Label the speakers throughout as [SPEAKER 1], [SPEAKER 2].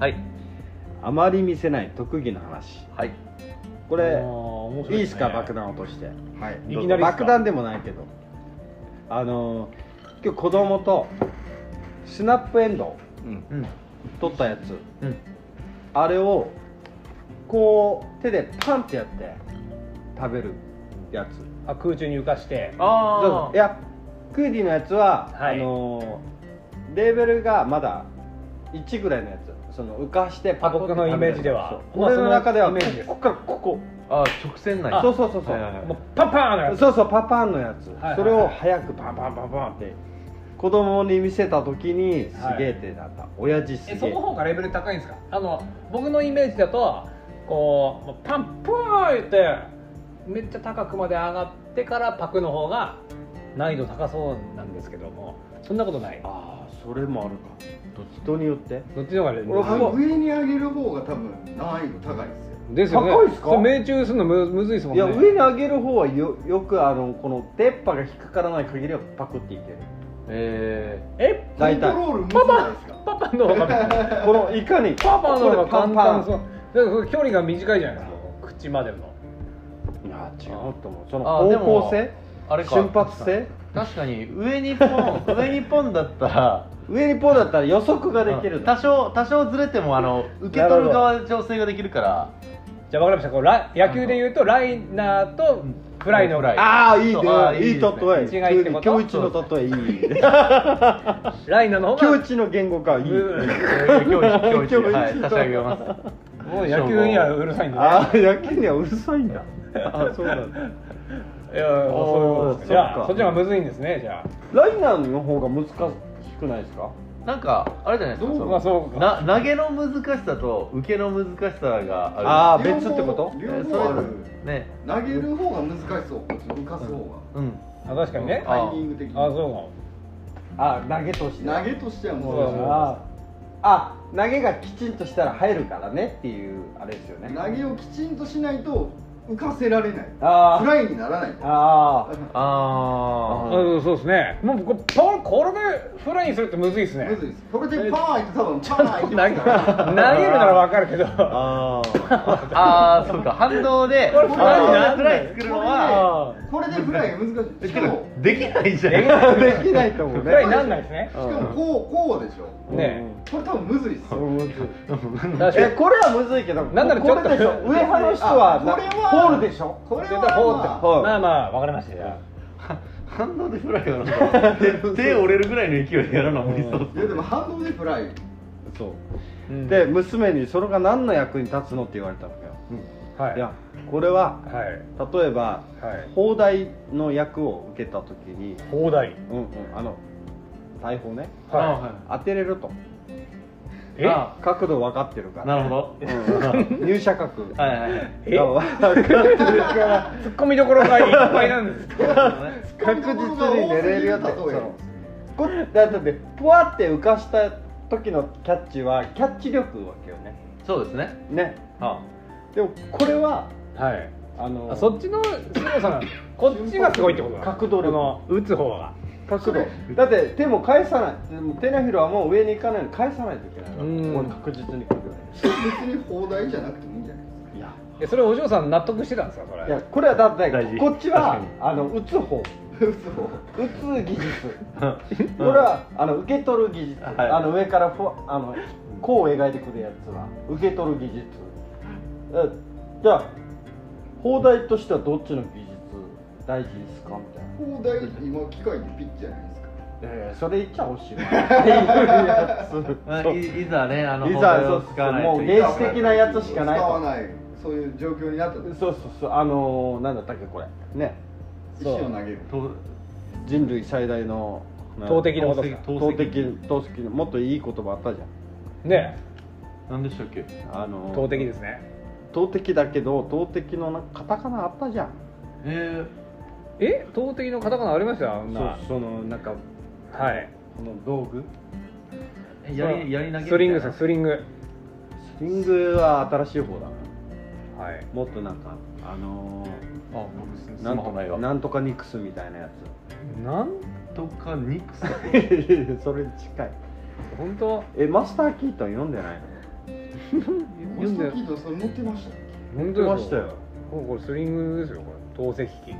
[SPEAKER 1] はい
[SPEAKER 2] あまり見せない特技の話
[SPEAKER 1] はい
[SPEAKER 2] こ
[SPEAKER 1] こ
[SPEAKER 2] れ
[SPEAKER 1] 面
[SPEAKER 2] いいですか
[SPEAKER 1] ね
[SPEAKER 2] 爆弾落としてはい
[SPEAKER 1] いきなりっすか
[SPEAKER 2] 爆弾でもないけどあのー今日子供とスナップエンド
[SPEAKER 1] うん
[SPEAKER 3] うん
[SPEAKER 2] ウ取ったやつ
[SPEAKER 3] うん
[SPEAKER 2] あれをこう手でパンってやって食べるやつ
[SPEAKER 3] あ空中に浮かして
[SPEAKER 2] そ
[SPEAKER 1] あ
[SPEAKER 2] うい
[SPEAKER 1] あ
[SPEAKER 2] やクーディのやつは、
[SPEAKER 3] はい
[SPEAKER 2] あのーレーベルがまだ1ぐらいのやつその浮かしてパコッて
[SPEAKER 3] あ僕のイメージでは
[SPEAKER 2] そう
[SPEAKER 3] まあ
[SPEAKER 2] 俺の中では
[SPEAKER 3] その
[SPEAKER 2] こ
[SPEAKER 3] イメージです
[SPEAKER 2] こからここ
[SPEAKER 1] あー直線内
[SPEAKER 3] あ
[SPEAKER 2] そうそうそうそう、
[SPEAKER 1] はいはいはい
[SPEAKER 3] もうパンパンなやつ
[SPEAKER 2] そうそうパパンのやつ、
[SPEAKER 3] はいはい
[SPEAKER 2] それを早くパンパンパンパンって子供に見せた時にすげえってなった、親父す
[SPEAKER 3] え
[SPEAKER 2] げ
[SPEAKER 3] そ
[SPEAKER 2] え
[SPEAKER 3] の方がレベル高いんですかあの僕のイメージだとこうもうパンプーンってめっちゃ高くまで上がってからパクの方が難易度高そうなんですけどもそんなことない
[SPEAKER 2] ああそれもあるか人によって
[SPEAKER 3] どっちの方がレベル
[SPEAKER 2] 俺
[SPEAKER 3] 高い
[SPEAKER 4] 上に上げる方が多分難易度高いですよ
[SPEAKER 3] ですよね
[SPEAKER 2] 高いっすか
[SPEAKER 3] それ命中するのむむずいですもん
[SPEAKER 2] い
[SPEAKER 3] ね
[SPEAKER 2] や上に上げる方はよよくあのこの出っ歯が引っかからない限りはパクっていけ る
[SPEAKER 1] え
[SPEAKER 3] え
[SPEAKER 4] コ
[SPEAKER 2] 大
[SPEAKER 4] ント
[SPEAKER 2] 体
[SPEAKER 4] ロール無理じゃないですか
[SPEAKER 3] パパの方が
[SPEAKER 2] このいかに
[SPEAKER 3] パパの方が簡
[SPEAKER 2] パン
[SPEAKER 3] 単そうだからその距離が短いじゃないですか口までの
[SPEAKER 2] いや違うと思うその
[SPEAKER 1] あーでも
[SPEAKER 2] 方向性
[SPEAKER 1] ー、あれか
[SPEAKER 2] 瞬発性
[SPEAKER 1] 確かに上にポン上にポンだったら
[SPEAKER 2] 上にポーだったら予測ができる
[SPEAKER 1] うん
[SPEAKER 2] の
[SPEAKER 1] 多少多少ずれてもあの受け
[SPEAKER 2] なる
[SPEAKER 1] 取
[SPEAKER 2] ほ
[SPEAKER 1] る
[SPEAKER 2] ど
[SPEAKER 1] 側で調整ができるから
[SPEAKER 3] じゃあ分かりましたこうラ野球で言うとライナーとフライの
[SPEAKER 1] フライ
[SPEAKER 2] ああいい
[SPEAKER 1] そうあー
[SPEAKER 2] ねい
[SPEAKER 1] いい
[SPEAKER 2] い
[SPEAKER 1] で
[SPEAKER 2] 例
[SPEAKER 1] すね
[SPEAKER 2] え
[SPEAKER 3] 違いってこと
[SPEAKER 2] 今日一の例えいい
[SPEAKER 3] ライナーの方
[SPEAKER 2] 今
[SPEAKER 3] が
[SPEAKER 2] 日一の言語化いい
[SPEAKER 3] うん
[SPEAKER 1] 今日今日
[SPEAKER 2] 今日
[SPEAKER 1] はい差し上げます
[SPEAKER 3] もう野球にはうるさいんでね
[SPEAKER 2] ああ野球にはうるさいんだあそうなんだ
[SPEAKER 3] いやそういうことですかじ
[SPEAKER 2] そっ
[SPEAKER 3] ゃ
[SPEAKER 2] か
[SPEAKER 3] あそっちの方がむずいんですねじゃあ
[SPEAKER 2] ライナーの方が難しくないですか
[SPEAKER 1] なんかあれじゃないですかそ
[SPEAKER 3] まあそう
[SPEAKER 1] の
[SPEAKER 3] か
[SPEAKER 1] な投げの難しさと受けの難しさがある
[SPEAKER 2] あー別ってこと
[SPEAKER 4] 両
[SPEAKER 1] え
[SPEAKER 4] 方
[SPEAKER 1] そ
[SPEAKER 4] 両方あ
[SPEAKER 1] れ
[SPEAKER 4] る
[SPEAKER 1] ね
[SPEAKER 4] 投げる方が難しそうこっち浮かす方
[SPEAKER 1] うん
[SPEAKER 3] あ確かにね
[SPEAKER 1] あ
[SPEAKER 3] あ
[SPEAKER 4] がタイミング的に
[SPEAKER 3] そう
[SPEAKER 2] あー投げとして
[SPEAKER 4] 投げとしてはも
[SPEAKER 3] そうだ
[SPEAKER 4] う
[SPEAKER 2] あーあ投げがきちんとしたら入るからねっていうあれですよね
[SPEAKER 4] 投げをきちんとしないと浮かせられない
[SPEAKER 2] あ
[SPEAKER 4] フ
[SPEAKER 2] ー
[SPEAKER 4] ライにならない
[SPEAKER 2] あー
[SPEAKER 3] か
[SPEAKER 1] あ
[SPEAKER 2] う
[SPEAKER 1] ー
[SPEAKER 3] もそうですねもうこうポンこれでフライにするってむずいですね
[SPEAKER 4] むずいですこれでパーンいって多分パーンいってますから
[SPEAKER 3] 投げるならわかるけど
[SPEAKER 2] ああ
[SPEAKER 1] あーそうか反動で
[SPEAKER 3] これフライ
[SPEAKER 1] 反動で
[SPEAKER 3] なんだ
[SPEAKER 1] フライ作るのは
[SPEAKER 3] あ
[SPEAKER 4] これでフライが難しいし
[SPEAKER 1] け
[SPEAKER 4] か
[SPEAKER 1] ど
[SPEAKER 4] も
[SPEAKER 1] できないじゃ ん
[SPEAKER 2] できないと思
[SPEAKER 3] ー
[SPEAKER 2] う
[SPEAKER 3] フ
[SPEAKER 2] ね
[SPEAKER 3] ライになんないですね
[SPEAKER 4] しかもこうこうでしょ
[SPEAKER 3] ね
[SPEAKER 4] これ多分むずいです
[SPEAKER 2] うんむずい
[SPEAKER 3] 確かに
[SPEAKER 2] えこれはむずいけど
[SPEAKER 3] なんならちょっと
[SPEAKER 2] これでしょ上派の人は
[SPEAKER 4] あ
[SPEAKER 2] な
[SPEAKER 4] これは
[SPEAKER 2] ホールでしょ
[SPEAKER 4] これは
[SPEAKER 3] 絶対放
[SPEAKER 4] まあ
[SPEAKER 3] って
[SPEAKER 2] はい
[SPEAKER 3] まあまあわかりましたじゃ
[SPEAKER 1] 反動でフライはなんか 手手折れるぐらいの勢いでやるのは無理そうです
[SPEAKER 4] いやでも反動でフライ
[SPEAKER 2] そ
[SPEAKER 3] あうん
[SPEAKER 2] うで娘にそれが何の役に立つのって言われたのよ、
[SPEAKER 3] はい
[SPEAKER 2] い
[SPEAKER 3] は
[SPEAKER 2] やこれはい例えば
[SPEAKER 3] はい
[SPEAKER 2] 砲台の役を受けた時に、
[SPEAKER 3] 放題
[SPEAKER 2] うんうん、あの大砲ね
[SPEAKER 1] あー
[SPEAKER 3] は
[SPEAKER 1] はい
[SPEAKER 2] 当てれると
[SPEAKER 3] いえ
[SPEAKER 1] あ
[SPEAKER 2] 角度分かってるか
[SPEAKER 1] な
[SPEAKER 2] ら
[SPEAKER 1] るほど
[SPEAKER 2] うん入射角
[SPEAKER 1] はいはいはい
[SPEAKER 3] え
[SPEAKER 2] が分かってるから
[SPEAKER 3] ツッコミどころがいっぱいなんですけど
[SPEAKER 2] 確実に寝れるよって
[SPEAKER 4] 例えば
[SPEAKER 2] そのこだってぷわって浮かした時のキャッチはキャッチ力わけよね
[SPEAKER 1] そうですね
[SPEAKER 2] ね
[SPEAKER 1] あ
[SPEAKER 2] でもこれは
[SPEAKER 3] はい
[SPEAKER 2] あの
[SPEAKER 3] あそっちの強さなんだこっちがすごいってことだ
[SPEAKER 2] 角度
[SPEAKER 3] こ
[SPEAKER 2] 力
[SPEAKER 3] の打つ方が
[SPEAKER 2] 角度だって手も返さないでも手のひらはもう上に行かないように返さないといけないから
[SPEAKER 3] うん
[SPEAKER 2] これ確実に来るよね
[SPEAKER 4] 別に放題じゃなくてもいいんじゃないですか
[SPEAKER 2] いや
[SPEAKER 3] えそれお嬢さん納得してたんですかそれ
[SPEAKER 2] いやこれはだって
[SPEAKER 1] 大事
[SPEAKER 2] こっちは
[SPEAKER 1] 確かに
[SPEAKER 2] あの打つ方
[SPEAKER 4] 打つ方
[SPEAKER 2] 打つ技術これはあの受け取る技術、
[SPEAKER 1] はい
[SPEAKER 2] あの上からフォあのこう描いてくるやつは受け取る技術えじゃあ砲台としてはどっちの技術大事ですかみたいな、
[SPEAKER 4] 放題今機械でピッチじゃないですか
[SPEAKER 2] えーそれ言っちゃ欲しいわっていうやつ
[SPEAKER 1] まあ
[SPEAKER 2] そう
[SPEAKER 1] いいざねあの
[SPEAKER 2] いざ
[SPEAKER 1] 放題を使わないと
[SPEAKER 2] そうもう原始的なやつしかない
[SPEAKER 4] 使わないそういう状況になった時
[SPEAKER 2] そうそうそうあのー、なんだったっけこれね
[SPEAKER 4] 石を投げる
[SPEAKER 1] と
[SPEAKER 2] 人類最大のなん
[SPEAKER 3] 投擲のことですか
[SPEAKER 2] 投擲投擲のもっといい言葉あったじゃん
[SPEAKER 3] ね
[SPEAKER 1] 何でしたっけ
[SPEAKER 2] あのー
[SPEAKER 3] 投擲ですね
[SPEAKER 2] 投擲だけど投擲のなんかカタカナあったじゃん
[SPEAKER 1] え
[SPEAKER 3] え投擲のカタカナありましたあんな
[SPEAKER 2] そうそのなんか
[SPEAKER 3] はい
[SPEAKER 2] この道具
[SPEAKER 1] ー、やりやり投げみたいな
[SPEAKER 3] スリングですねスリングは
[SPEAKER 2] スリングは新しい方だないもっとなんかあの
[SPEAKER 1] あ僕ス
[SPEAKER 2] ー、
[SPEAKER 1] スマホないわ
[SPEAKER 2] なんとかニクスみたいな や
[SPEAKER 3] なん
[SPEAKER 1] とかニクス
[SPEAKER 2] つそれに近い
[SPEAKER 3] 本当
[SPEAKER 2] えマスター・キートン読んでないの
[SPEAKER 4] この時のそれ持ってましたっけ
[SPEAKER 3] 本
[SPEAKER 2] 言ってましたよ
[SPEAKER 3] これこれスリングですよこれ透析機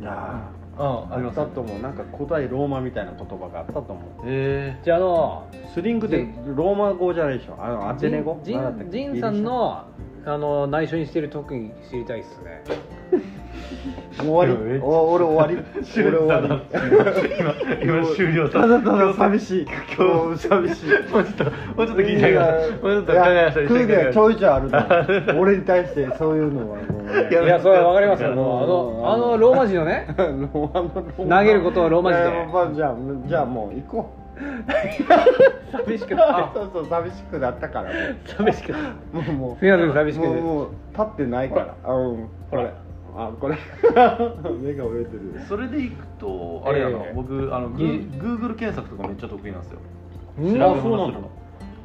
[SPEAKER 2] いや
[SPEAKER 1] あ
[SPEAKER 2] ーあったと思うなんか古代ローマみたいな言葉があったと思う
[SPEAKER 1] え
[SPEAKER 3] じゃああの
[SPEAKER 2] スリングってローマ語じゃないでしょあのアテネ語
[SPEAKER 3] ジ
[SPEAKER 2] なんだっ
[SPEAKER 3] ン
[SPEAKER 2] け
[SPEAKER 3] ジンさんのあの内緒にしてる特技知りたいっすね
[SPEAKER 2] もう終わりお俺終わ
[SPEAKER 1] え
[SPEAKER 2] り
[SPEAKER 1] 終
[SPEAKER 2] 俺
[SPEAKER 1] 了だ
[SPEAKER 2] 終
[SPEAKER 1] な
[SPEAKER 2] わ
[SPEAKER 1] 今今終了
[SPEAKER 2] り
[SPEAKER 1] だ
[SPEAKER 2] ただただ寂しい
[SPEAKER 1] 今
[SPEAKER 2] 今日寂しい
[SPEAKER 1] もうちょっともうちょっと聞いたいからもうちょっと考えなさい
[SPEAKER 2] クールはち
[SPEAKER 1] 考
[SPEAKER 2] ょいちょいあると思う俺に対してそういうのはもうね
[SPEAKER 1] いや
[SPEAKER 3] いやそれはわかりますよ
[SPEAKER 2] いや
[SPEAKER 3] もうあのあ
[SPEAKER 2] もう
[SPEAKER 3] のローマ字のね
[SPEAKER 2] ローマのローマ
[SPEAKER 3] 投げることをローマ字で
[SPEAKER 2] いやまあじゃあじゃあもう行こう
[SPEAKER 3] 寂しく
[SPEAKER 2] あ
[SPEAKER 3] あ
[SPEAKER 2] そうそう寂しくなったからも
[SPEAKER 3] 寂しくないう
[SPEAKER 2] もうもう
[SPEAKER 3] すいません寂しくて
[SPEAKER 2] もうもう立ってないからあうん
[SPEAKER 1] ほら
[SPEAKER 2] あこれ 目が泳いでる
[SPEAKER 1] それでいくとあれやな、
[SPEAKER 3] ええ
[SPEAKER 1] 僕あのグー Google 検索とかめっちゃ得意なんですよ
[SPEAKER 3] うん
[SPEAKER 1] 調べ物するの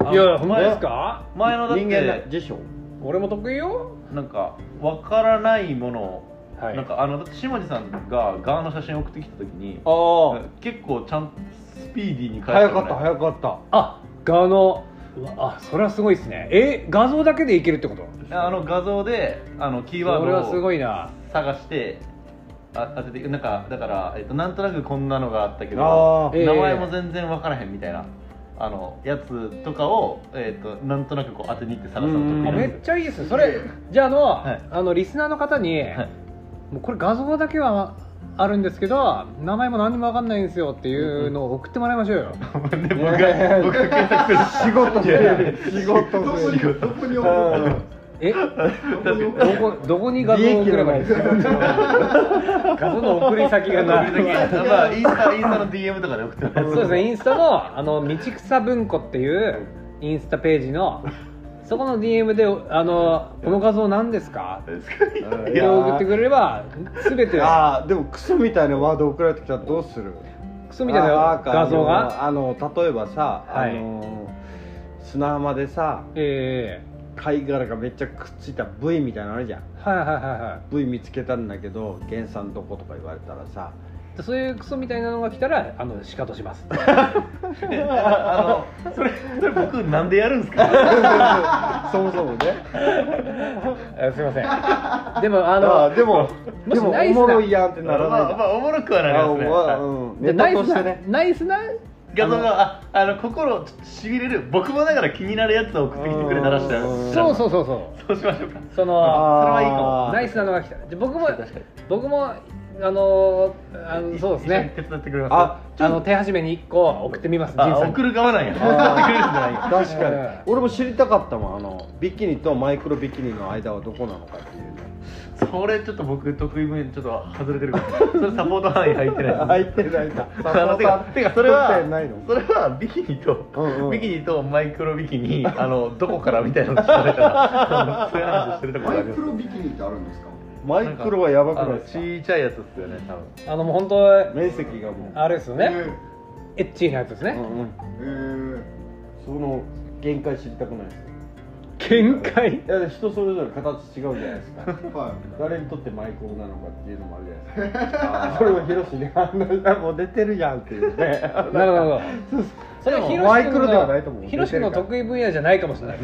[SPEAKER 1] あ
[SPEAKER 3] いやほんまですか
[SPEAKER 1] 前のだっ
[SPEAKER 2] 人間な
[SPEAKER 1] て
[SPEAKER 2] 辞書
[SPEAKER 3] 俺も得意よ
[SPEAKER 1] なんかわからないものを
[SPEAKER 3] はい
[SPEAKER 1] なんかあのだって島地さんがガーの写真送ってきた時に
[SPEAKER 2] あ
[SPEAKER 1] 結構ちゃんスピーディーに返
[SPEAKER 2] 早
[SPEAKER 1] し
[SPEAKER 2] か
[SPEAKER 1] た
[SPEAKER 2] った
[SPEAKER 1] っ
[SPEAKER 2] 早かった
[SPEAKER 3] あ画のうわあそれはすごいですねえ画像だけでいけるってこと
[SPEAKER 1] あの画像であのキーワ
[SPEAKER 3] それは
[SPEAKER 1] ー
[SPEAKER 3] す
[SPEAKER 1] ド
[SPEAKER 3] ご
[SPEAKER 1] を
[SPEAKER 3] いな
[SPEAKER 1] 探してあ当ててなんかだから、えっと、なんとなくこんなのがあったけ
[SPEAKER 2] あ
[SPEAKER 1] ど
[SPEAKER 3] ー
[SPEAKER 1] 名前も全然わからへんみたいな、あのやつとかを、えっと、なんとなくこう当てに行って探すの得意
[SPEAKER 3] あ
[SPEAKER 1] なん
[SPEAKER 3] め
[SPEAKER 1] で
[SPEAKER 3] っちゃいいですねそれじゃああの,、
[SPEAKER 1] はい
[SPEAKER 3] あのリスナーの方に、
[SPEAKER 1] はい
[SPEAKER 3] もうこれ画像だけはあるんですけど名前も何にも分かんないんですよっていうのを送ってもらいましょうよ、
[SPEAKER 1] すで
[SPEAKER 2] い
[SPEAKER 1] 僕
[SPEAKER 2] やい
[SPEAKER 1] が
[SPEAKER 2] やいや仕事する仕
[SPEAKER 4] ど
[SPEAKER 2] 事
[SPEAKER 4] こ
[SPEAKER 2] す
[SPEAKER 4] に
[SPEAKER 2] る
[SPEAKER 4] どこに
[SPEAKER 2] う
[SPEAKER 4] 置くの
[SPEAKER 2] ん
[SPEAKER 3] え
[SPEAKER 1] 確か
[SPEAKER 3] どこどこに画像を送ればいいですか
[SPEAKER 2] 利益のない
[SPEAKER 3] 画像の送り先がない
[SPEAKER 1] 時々まあインスタインスタの DM とかで送ってもらえ
[SPEAKER 3] そうですねインスタのあの道草文庫っていうインスタページのそこの DM であの「この画像何ですか?」
[SPEAKER 2] うん
[SPEAKER 3] って送ってくれれば全て
[SPEAKER 2] あーでもクソみたいなワード送られてきたらどうする
[SPEAKER 3] クソみたいな画像が
[SPEAKER 2] あのあの例えばさ、
[SPEAKER 3] はい
[SPEAKER 2] あの砂浜でさ
[SPEAKER 3] え
[SPEAKER 2] 貝殻がめっちゃくっついた部位みたいなのあるじゃん
[SPEAKER 3] えはいはいはいは
[SPEAKER 2] 部位見つけたんだけど原産どことか言われたら さ
[SPEAKER 3] いでそういうクソみたいなのが来たらあのシカトします
[SPEAKER 1] あのそれそれ僕なんでやるんですか
[SPEAKER 2] そもそもね
[SPEAKER 3] えすいませんでもあ
[SPEAKER 2] あ
[SPEAKER 3] の
[SPEAKER 2] ーでも
[SPEAKER 3] も
[SPEAKER 2] で
[SPEAKER 3] し
[SPEAKER 2] も
[SPEAKER 3] ナイ
[SPEAKER 2] お
[SPEAKER 3] スな
[SPEAKER 2] もろいやんってな
[SPEAKER 1] まあ
[SPEAKER 2] らないじゃん
[SPEAKER 1] まあおもろくはなり
[SPEAKER 2] あ
[SPEAKER 1] ますね、
[SPEAKER 2] わ
[SPEAKER 1] はい
[SPEAKER 2] うん
[SPEAKER 3] で
[SPEAKER 2] ネ
[SPEAKER 3] ナ
[SPEAKER 2] タ
[SPEAKER 3] イ
[SPEAKER 2] と
[SPEAKER 3] ス
[SPEAKER 2] して
[SPEAKER 3] な
[SPEAKER 2] ね
[SPEAKER 3] ナイスな
[SPEAKER 1] 画像がああの心をしびれる僕もだから気になるやつを送ってきてくれたらしいな
[SPEAKER 2] うん
[SPEAKER 3] そうそうそうそ
[SPEAKER 1] そうしましょうか
[SPEAKER 3] うそ
[SPEAKER 2] あ
[SPEAKER 3] の
[SPEAKER 2] ー
[SPEAKER 1] それはいいかも
[SPEAKER 2] ー
[SPEAKER 3] ナイスなのが来たで僕も
[SPEAKER 1] 確かに
[SPEAKER 3] 僕もあのあのそうですね
[SPEAKER 1] 一緒に手伝ってくれます
[SPEAKER 2] あ
[SPEAKER 3] あの手始めに1個送ってみます、
[SPEAKER 1] あ
[SPEAKER 3] ジンさんに
[SPEAKER 1] 送る 側なんや送ってくれるんじゃないんや
[SPEAKER 2] 確かに
[SPEAKER 3] え
[SPEAKER 2] 俺も知りたかったもんあのビキニとマイクロビキニの間はどこなのかっていうね
[SPEAKER 1] それちょっと僕得意分野ちょっと外れて るからそれサポート範囲入ってない
[SPEAKER 2] 開いてないか
[SPEAKER 1] あのてかてかそれは
[SPEAKER 2] ないの
[SPEAKER 1] それはビキニと、
[SPEAKER 2] うんうん
[SPEAKER 1] ビキニとマイクロビキニあのどこからみたいなの聞かれたらそういう話してるとこ
[SPEAKER 4] マ
[SPEAKER 1] ろ
[SPEAKER 4] イクロビキニってあるんですか
[SPEAKER 2] マイクロはやば
[SPEAKER 1] あ
[SPEAKER 2] くな
[SPEAKER 1] の
[SPEAKER 2] いですか
[SPEAKER 1] ちいちゃいやつですよね多分
[SPEAKER 3] あのもう本当
[SPEAKER 2] 面積がもう
[SPEAKER 3] あれですよね、エ
[SPEAKER 4] え
[SPEAKER 3] ッチーなやつですね、
[SPEAKER 2] うんうん
[SPEAKER 4] ーえ
[SPEAKER 2] その限界知りたくないです
[SPEAKER 3] 限界
[SPEAKER 2] いや人それぞれ形違うじゃないです か
[SPEAKER 4] ーはい
[SPEAKER 2] 誰にとってマイクロなのかっていうのもあるじゃないですかそれもヒロシに反応したもう出てるやんっていうね
[SPEAKER 3] なるほどそれ
[SPEAKER 1] でも
[SPEAKER 3] ヒ
[SPEAKER 2] マ
[SPEAKER 3] ロシ
[SPEAKER 2] イク
[SPEAKER 3] 君
[SPEAKER 2] ロではないと
[SPEAKER 3] の
[SPEAKER 2] 思う
[SPEAKER 3] ヒロシ君の得意分野じゃないかもしれない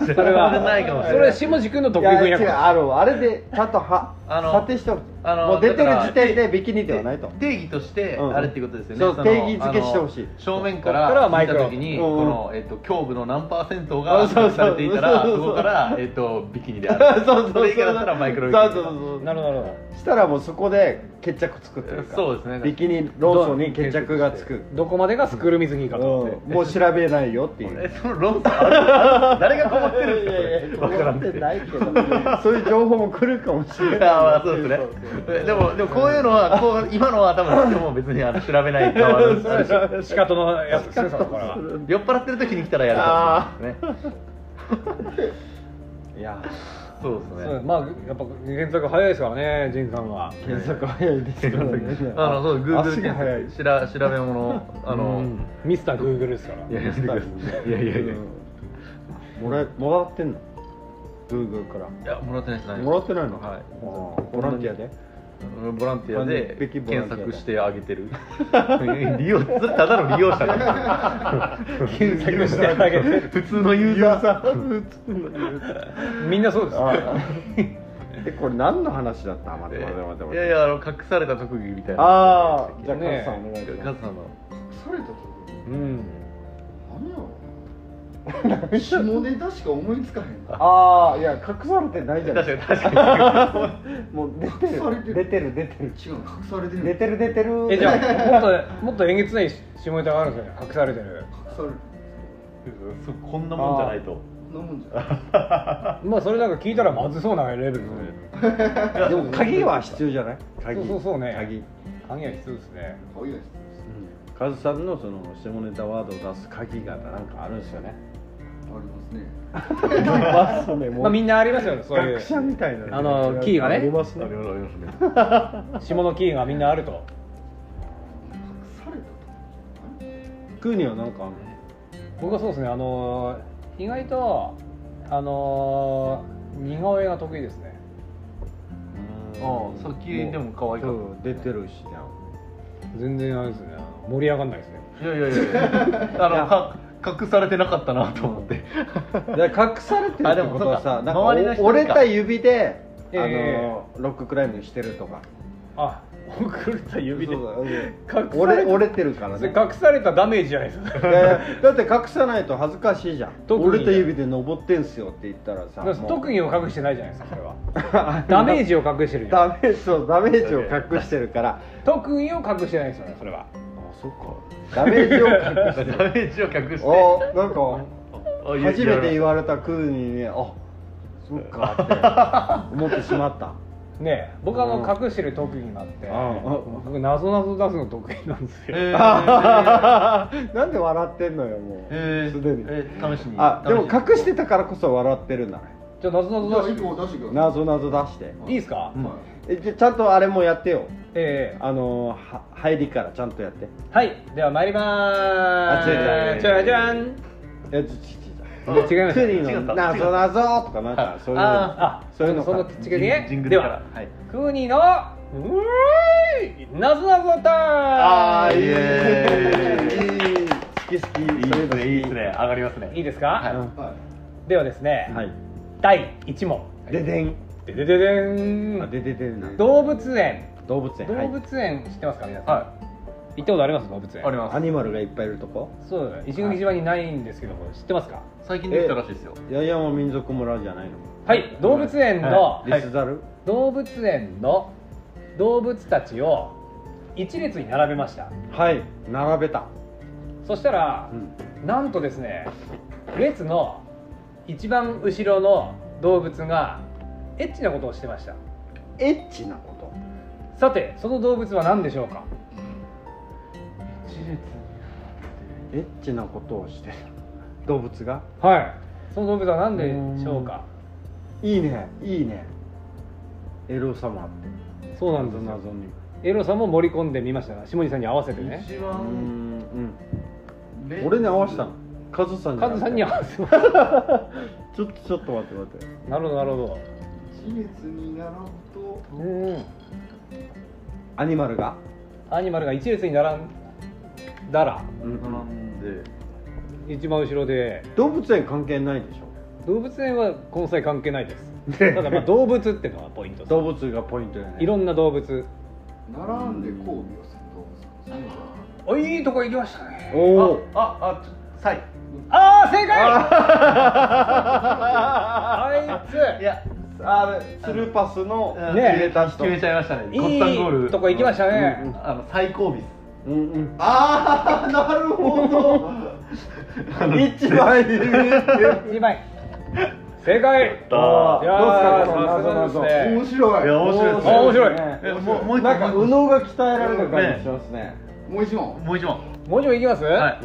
[SPEAKER 1] それ
[SPEAKER 3] それは
[SPEAKER 1] ないかもし
[SPEAKER 3] そ
[SPEAKER 1] れな
[SPEAKER 3] れ
[SPEAKER 1] い
[SPEAKER 3] 下地君の
[SPEAKER 2] い
[SPEAKER 3] 得意
[SPEAKER 2] や
[SPEAKER 3] 分
[SPEAKER 2] 違
[SPEAKER 3] 野
[SPEAKER 2] う
[SPEAKER 3] か
[SPEAKER 2] あのあれでちゃんとは
[SPEAKER 1] あの
[SPEAKER 2] 査定しておく
[SPEAKER 1] あの
[SPEAKER 2] もう出てる
[SPEAKER 1] だから
[SPEAKER 2] 時点でビキニではないと
[SPEAKER 1] 定義として
[SPEAKER 2] うん
[SPEAKER 1] あれっていうことですよね、
[SPEAKER 2] そう
[SPEAKER 1] の
[SPEAKER 2] 定義付けしてほしい
[SPEAKER 1] あの正面か
[SPEAKER 3] こっからは
[SPEAKER 1] ら
[SPEAKER 3] マ
[SPEAKER 1] 見
[SPEAKER 3] イク
[SPEAKER 1] た
[SPEAKER 3] ロ
[SPEAKER 1] 時に
[SPEAKER 2] うん
[SPEAKER 1] この、えっと胸部の何パーセント
[SPEAKER 2] あ
[SPEAKER 1] が
[SPEAKER 2] そうそう
[SPEAKER 1] されていたら
[SPEAKER 2] そうそう
[SPEAKER 1] そ
[SPEAKER 2] そう
[SPEAKER 1] こから、えっとビキニであ るれ以下だったらマイクロビキニ
[SPEAKER 2] そうそうそう
[SPEAKER 3] なるほどなるほ
[SPEAKER 2] したらもうそこで決着つくというか
[SPEAKER 1] そうですね
[SPEAKER 2] ビキニ論争に決着がつく、
[SPEAKER 3] どどこまでがスクール水着
[SPEAKER 2] う
[SPEAKER 3] か
[SPEAKER 2] ん、
[SPEAKER 3] と、
[SPEAKER 2] もう調べないよっていう
[SPEAKER 1] えその論争あるある誰が困ってるん
[SPEAKER 2] いやい
[SPEAKER 1] です
[SPEAKER 2] や
[SPEAKER 1] かそれ分からん
[SPEAKER 2] 思
[SPEAKER 1] け
[SPEAKER 2] っ
[SPEAKER 1] ど
[SPEAKER 2] てないけどそういう情報も来るかもしれない
[SPEAKER 1] あまあそうですねでもでもこういうのはこう今のは多分でも別にあの調べないとはある あるし
[SPEAKER 3] シカトのやつですねそのこれは
[SPEAKER 1] 酔っ払ってる時に来たらやるとね
[SPEAKER 2] いや
[SPEAKER 1] そうです
[SPEAKER 3] そう
[SPEAKER 1] ね
[SPEAKER 3] まあやっぱ原作早いですからねジンさんは
[SPEAKER 2] 検索早いですからね
[SPEAKER 1] あのそう Google
[SPEAKER 2] 足が早い
[SPEAKER 1] しら調べ物あの、
[SPEAKER 3] うんミスターグーグルですから
[SPEAKER 1] いやいやいやいやいやい
[SPEAKER 2] もらえもらってんの Google から
[SPEAKER 1] やもらってないですない
[SPEAKER 2] もらってないの
[SPEAKER 1] はい
[SPEAKER 2] あーボランティアで
[SPEAKER 1] ボランティアで
[SPEAKER 2] 完璧ボランテ
[SPEAKER 1] 検
[SPEAKER 2] ィアだ
[SPEAKER 1] 索してあげてる 利用ただの利用者だ
[SPEAKER 3] 検索してあげて
[SPEAKER 1] 普通のユーザーさん
[SPEAKER 3] みんなそうですよ
[SPEAKER 2] あえこれ何の話だった待って待って待って待って
[SPEAKER 1] いやいやあの隠された特技みたいな
[SPEAKER 2] ああじゃあ
[SPEAKER 3] ね
[SPEAKER 2] カズさんお願いし
[SPEAKER 1] カ
[SPEAKER 2] ま
[SPEAKER 1] ズさんの
[SPEAKER 4] された時
[SPEAKER 3] うん
[SPEAKER 4] 何やろ下ネタしか思いつかへん
[SPEAKER 2] すああいや隠されてないじゃない
[SPEAKER 1] 確
[SPEAKER 2] で
[SPEAKER 1] かに
[SPEAKER 2] す
[SPEAKER 1] 確かに
[SPEAKER 2] かもう出て
[SPEAKER 4] 隠されて
[SPEAKER 2] る
[SPEAKER 4] る
[SPEAKER 2] 出てる出てる
[SPEAKER 4] 違う隠されてる
[SPEAKER 2] 出てる出てる
[SPEAKER 3] えじゃあもっともっとえげつない下ネタがあるんですよね隠されてる
[SPEAKER 4] 隠されてる
[SPEAKER 1] そうこんなもんじゃないと
[SPEAKER 4] そんなもんじゃない
[SPEAKER 3] まあそれなんか聞いたらまずそうなレベルですね
[SPEAKER 2] でも鍵は必要じゃない鍵
[SPEAKER 3] そうそうそうね
[SPEAKER 2] 鍵、
[SPEAKER 3] 鍵は必要ですね
[SPEAKER 4] こういうや
[SPEAKER 2] カズさんのその下ネタワードを出す鍵がなんかあるんですよね。
[SPEAKER 4] つありま
[SPEAKER 2] ま
[SPEAKER 4] すね
[SPEAKER 2] すね、
[SPEAKER 3] まあみんなありますよねそういう
[SPEAKER 2] 学者みたいなね。
[SPEAKER 3] あのキーがね
[SPEAKER 2] ありますね
[SPEAKER 1] あり。ますね
[SPEAKER 3] 下のキーがみんなあると
[SPEAKER 4] 隠された時
[SPEAKER 2] クにはなんかあんの
[SPEAKER 3] 僕はそうですねあの意外とあの似顔絵が得意ですね
[SPEAKER 1] ああさっきでも可愛かっ
[SPEAKER 2] そう出てるしね。
[SPEAKER 3] 全然あれですねあの盛り上がんないですね
[SPEAKER 1] たいやいやいやいやあのか隠されてなかったなと思 って
[SPEAKER 2] だから隠されてるってことはさ、な
[SPEAKER 1] あでもそうか
[SPEAKER 2] んか
[SPEAKER 1] 周りの人
[SPEAKER 2] お
[SPEAKER 1] が
[SPEAKER 2] 折れた指で、あの
[SPEAKER 3] え
[SPEAKER 2] ロッククライミングしてるとか。
[SPEAKER 3] あ送れた指で
[SPEAKER 2] そうだうん
[SPEAKER 3] 隠さ
[SPEAKER 2] 折
[SPEAKER 3] れ
[SPEAKER 2] れ
[SPEAKER 3] た
[SPEAKER 2] 折れてるから
[SPEAKER 3] それ
[SPEAKER 2] ね。
[SPEAKER 3] 隠されたダメージじゃないです
[SPEAKER 2] いやいやだって隠さないと恥ずかしいじゃん
[SPEAKER 3] 特に
[SPEAKER 2] 折れた指で登ってんすよって言ったらさ
[SPEAKER 3] か
[SPEAKER 2] もう
[SPEAKER 3] 特技を隠してないじゃないですかそれ はダメージを隠してるじゃん
[SPEAKER 2] ダメそうダメージを隠してるから
[SPEAKER 3] 特技を隠してないですよねそれは
[SPEAKER 2] あそっかダメージを隠
[SPEAKER 1] ダメ ージを隠して
[SPEAKER 2] おなんか
[SPEAKER 1] あいや
[SPEAKER 2] 初めて
[SPEAKER 1] い
[SPEAKER 2] 言
[SPEAKER 1] や
[SPEAKER 2] われたクーにねあそっかって思ってしまった
[SPEAKER 3] ねえ僕はあの隠してる特技があって
[SPEAKER 2] うん
[SPEAKER 3] 僕なぞなぞ出すの得意なんですよ
[SPEAKER 1] え
[SPEAKER 2] なんで笑ってんのよもう
[SPEAKER 1] ー
[SPEAKER 2] すでに
[SPEAKER 1] えー試しに
[SPEAKER 2] あでも
[SPEAKER 1] 試しに
[SPEAKER 2] 隠してたからこそ笑ってるんだね
[SPEAKER 3] じゃあなぞ
[SPEAKER 4] じゃ
[SPEAKER 3] なぞ
[SPEAKER 4] あ
[SPEAKER 3] 出
[SPEAKER 4] 一
[SPEAKER 3] し
[SPEAKER 4] 個出してください
[SPEAKER 2] なぞなぞ出して
[SPEAKER 3] いいですか
[SPEAKER 1] うん
[SPEAKER 4] はい
[SPEAKER 2] えじゃちゃんとあれもやってよ
[SPEAKER 3] ええ
[SPEAKER 2] あのーは入りからちゃんとやって
[SPEAKER 3] はいでは参りまーす
[SPEAKER 2] あ違う違う
[SPEAKER 3] じゃじゃん
[SPEAKER 2] えち
[SPEAKER 3] 違いま
[SPEAKER 2] ちょ
[SPEAKER 3] す
[SPEAKER 2] クー
[SPEAKER 1] 違
[SPEAKER 2] の
[SPEAKER 1] っ
[SPEAKER 2] 「
[SPEAKER 1] た
[SPEAKER 2] なぞなぞ」とかなんかそういうの
[SPEAKER 3] あ
[SPEAKER 2] そういうのか
[SPEAKER 3] その違う
[SPEAKER 1] ジン
[SPEAKER 3] ね
[SPEAKER 1] グ
[SPEAKER 3] で
[SPEAKER 1] ルから
[SPEAKER 3] は
[SPEAKER 1] はい
[SPEAKER 3] 国のうーいなぞなぞタ
[SPEAKER 2] あー
[SPEAKER 3] イ
[SPEAKER 2] いい
[SPEAKER 1] イエ
[SPEAKER 2] いい好き好き
[SPEAKER 1] いい
[SPEAKER 2] そううの
[SPEAKER 1] です
[SPEAKER 2] 好き
[SPEAKER 1] ねいいですね上がりますね
[SPEAKER 3] いいですか、
[SPEAKER 1] は
[SPEAKER 4] はい
[SPEAKER 3] ではですね、
[SPEAKER 2] はい
[SPEAKER 3] 第1問
[SPEAKER 2] ででん
[SPEAKER 3] ででででん
[SPEAKER 2] あでででんな
[SPEAKER 3] 動物園
[SPEAKER 2] 動物園
[SPEAKER 3] 動
[SPEAKER 2] はい
[SPEAKER 3] 物園知ってますか皆さん、
[SPEAKER 1] は
[SPEAKER 3] 行ったことあります動物園
[SPEAKER 1] いありま
[SPEAKER 2] アニマルがいっぱいいるとこ
[SPEAKER 3] すそうだね石垣島にないんですけども知ってますか
[SPEAKER 1] す最近できたらしいですよ
[SPEAKER 2] 八重山民族村じゃないの
[SPEAKER 3] はい動物園の、
[SPEAKER 1] は
[SPEAKER 2] リスザル
[SPEAKER 3] 動物園の動物たちを一列に並べました
[SPEAKER 2] はい並べた
[SPEAKER 3] そしたら
[SPEAKER 2] う、ん
[SPEAKER 3] なんとですね列の一番後ろの動物がエッチなことをしてました
[SPEAKER 2] エッチなこと
[SPEAKER 3] さてその動物は何でしょうか
[SPEAKER 2] エッチなことをしてる動物が
[SPEAKER 3] はいその動物は何でしょうか
[SPEAKER 2] いいねいいねエロさもあって
[SPEAKER 3] そうなん
[SPEAKER 2] 謎
[SPEAKER 3] ですよ
[SPEAKER 2] 謎に
[SPEAKER 3] エロさんも盛り込んでみましたが下地さんに合わせてね
[SPEAKER 1] 一
[SPEAKER 2] うーん
[SPEAKER 1] 番
[SPEAKER 2] うん
[SPEAKER 1] レ
[SPEAKER 2] 俺に合わせたのカズさんじゃ
[SPEAKER 3] カ
[SPEAKER 2] なく
[SPEAKER 3] ズ
[SPEAKER 2] て
[SPEAKER 3] さんに合わせます
[SPEAKER 2] ちょっとちょっと待って待って
[SPEAKER 3] なるほどなるほ
[SPEAKER 4] 一列に並ぶと
[SPEAKER 3] どうん
[SPEAKER 2] アニマルが
[SPEAKER 3] アニマルが一列に並んだら
[SPEAKER 1] 並んで
[SPEAKER 3] 一番後ろで
[SPEAKER 2] 動物園関係ないでしょ
[SPEAKER 3] 動物園はこの際関係ないですただまあ動物ってのがポイントです
[SPEAKER 2] 動物がポイントだね
[SPEAKER 3] いろんな動物
[SPEAKER 4] 並んで交尾をする動物ですね
[SPEAKER 3] おいいとこ行きましたね
[SPEAKER 2] おお
[SPEAKER 1] あああちょサイ
[SPEAKER 3] ああ正解あいつ
[SPEAKER 1] いや
[SPEAKER 2] あれスルーパスの
[SPEAKER 1] うん
[SPEAKER 3] ね
[SPEAKER 1] 決めた人決めちゃいましたねゴッタンゴール
[SPEAKER 3] いいとこ行きましたね、
[SPEAKER 1] うんうんあの最後尾です
[SPEAKER 2] うんうん
[SPEAKER 4] ああなるほど
[SPEAKER 2] 一番いい
[SPEAKER 3] 2枚正解
[SPEAKER 1] たー
[SPEAKER 3] いやー
[SPEAKER 2] どうすかこの
[SPEAKER 3] さすがですね
[SPEAKER 4] 面白い
[SPEAKER 1] いや面白いです
[SPEAKER 3] あ面白い
[SPEAKER 2] ね
[SPEAKER 1] えもうもう一
[SPEAKER 2] なんか右
[SPEAKER 1] 問
[SPEAKER 2] 脳が鍛えられる感じしますね
[SPEAKER 4] もう一問
[SPEAKER 1] もう一問
[SPEAKER 3] もう一問いきます、
[SPEAKER 1] はい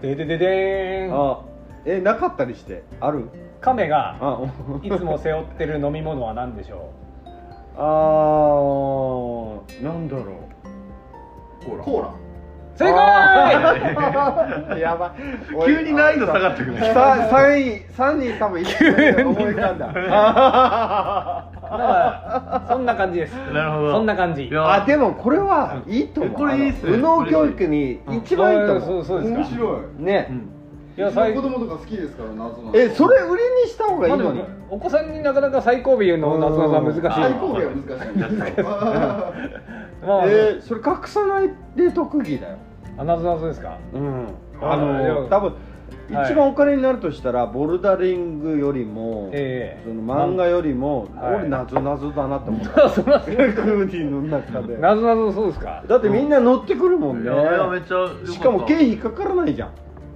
[SPEAKER 3] ででででーん
[SPEAKER 2] あえなかったりしてある
[SPEAKER 3] 亀が
[SPEAKER 2] あお
[SPEAKER 3] いつも背負ってる飲み物は何でしょ
[SPEAKER 2] あーなんだろ
[SPEAKER 1] コーラ
[SPEAKER 4] コーラ
[SPEAKER 3] う正解
[SPEAKER 2] やばい
[SPEAKER 1] 急に難易度下がってくるね
[SPEAKER 2] さ三位三人多分一緒に思い浮かん だ
[SPEAKER 3] だからそんな感じです
[SPEAKER 1] なるほど
[SPEAKER 3] そんな感じ
[SPEAKER 1] いや
[SPEAKER 2] あでもこれはいいと思う
[SPEAKER 1] これいいっすね
[SPEAKER 2] あの右脳教育に一番いいと思
[SPEAKER 3] そう
[SPEAKER 2] う
[SPEAKER 3] そうですか
[SPEAKER 4] 面白い。
[SPEAKER 1] う
[SPEAKER 2] ね
[SPEAKER 1] ん
[SPEAKER 3] いや最
[SPEAKER 4] 子供とか好きですから謎の。
[SPEAKER 2] えそれ売りにした方がい
[SPEAKER 3] ま
[SPEAKER 2] い
[SPEAKER 3] あで
[SPEAKER 2] の
[SPEAKER 3] も
[SPEAKER 2] に
[SPEAKER 3] お子さんになかなか最後尾言うのなかなか難し
[SPEAKER 4] 最
[SPEAKER 3] い
[SPEAKER 4] 高限は難しい。
[SPEAKER 3] まあ、
[SPEAKER 2] えーそれ隠さないで特技だよ
[SPEAKER 3] あなぞなぞですか
[SPEAKER 2] うん
[SPEAKER 3] あ
[SPEAKER 2] あ
[SPEAKER 3] でも
[SPEAKER 2] の多分
[SPEAKER 3] はい
[SPEAKER 2] 一番お金になるとしたらボルダリングよりも
[SPEAKER 3] え
[SPEAKER 2] その漫画よりも
[SPEAKER 3] はい
[SPEAKER 2] 俺なぞなぞだなと思っ
[SPEAKER 3] え
[SPEAKER 2] た
[SPEAKER 3] そんな
[SPEAKER 2] 9人の中で
[SPEAKER 3] なぞなぞそうですか
[SPEAKER 2] だってみんな乗ってくるもん
[SPEAKER 1] い
[SPEAKER 2] ね
[SPEAKER 1] やいやめっちゃ良かった
[SPEAKER 2] しかも経費かからないじゃん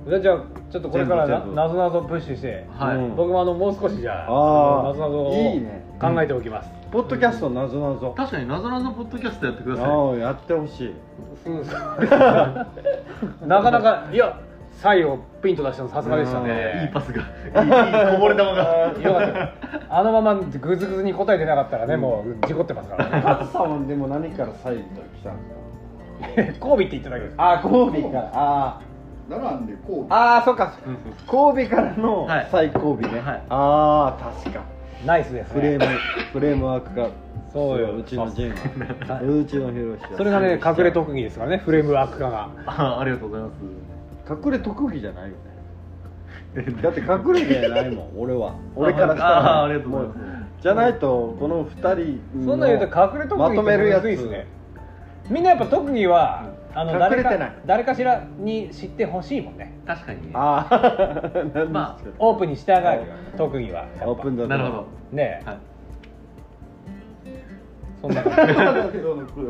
[SPEAKER 3] じゃあじゃあちょっとこれから
[SPEAKER 2] 全
[SPEAKER 3] な
[SPEAKER 2] 部全部
[SPEAKER 3] なぞなぞプッシュして
[SPEAKER 1] はい、
[SPEAKER 2] うん
[SPEAKER 3] 僕もあのもう少しじゃあ
[SPEAKER 2] あー
[SPEAKER 3] なぞなぞを
[SPEAKER 2] いいね
[SPEAKER 3] 考えておきます
[SPEAKER 2] ポッドキャストなぞなぞ
[SPEAKER 1] 確かになぞなぞポッドキャストやってください
[SPEAKER 2] ああやってほしい
[SPEAKER 3] そうそうなかなかいやサイをピンと出したのさすがでした
[SPEAKER 1] いい
[SPEAKER 3] ね
[SPEAKER 1] パスが いいいいこぼれ球が
[SPEAKER 3] よかったあのままグズグズに答えてなかったらね、もう事故ってますから ね
[SPEAKER 2] カツさんはでも何からサインと来たんですか
[SPEAKER 3] 神戸って言っただけです
[SPEAKER 2] あ神戸からあ
[SPEAKER 4] 並んでこう。
[SPEAKER 2] ああーそっか神戸からの
[SPEAKER 1] はい
[SPEAKER 2] 最後尾ね、
[SPEAKER 1] はい
[SPEAKER 2] ああ確か
[SPEAKER 3] ナイスです
[SPEAKER 2] フレー
[SPEAKER 3] ね
[SPEAKER 2] ムフレームワークが
[SPEAKER 3] そうよ
[SPEAKER 2] うちのジェンは
[SPEAKER 3] そう
[SPEAKER 2] うちのヒロシは
[SPEAKER 3] それがね
[SPEAKER 2] サイン
[SPEAKER 3] 隠れ特技ですからねフレームワーク化が
[SPEAKER 1] あありがとうございます
[SPEAKER 2] 隠れ特技じゃないよねだって隠れじゃないもん俺は俺からした
[SPEAKER 1] ああ
[SPEAKER 2] ら
[SPEAKER 1] ありがとうございます
[SPEAKER 2] もじゃないとこの2人の
[SPEAKER 3] そんなん言うと隠れ特技って
[SPEAKER 2] まとめるや
[SPEAKER 3] む
[SPEAKER 2] つ
[SPEAKER 3] ずいっすねみんなやっぱ特技は、あの
[SPEAKER 2] 隠
[SPEAKER 3] 誰
[SPEAKER 2] れてな
[SPEAKER 3] か
[SPEAKER 2] い
[SPEAKER 3] 誰かしらに知ってほしいもんね
[SPEAKER 1] 確かにね
[SPEAKER 2] ああ
[SPEAKER 1] ま
[SPEAKER 3] オープンに従う特技はやっぱ
[SPEAKER 2] オープンだ
[SPEAKER 1] なるほど
[SPEAKER 3] ねえ、
[SPEAKER 1] はい
[SPEAKER 3] そんな感じ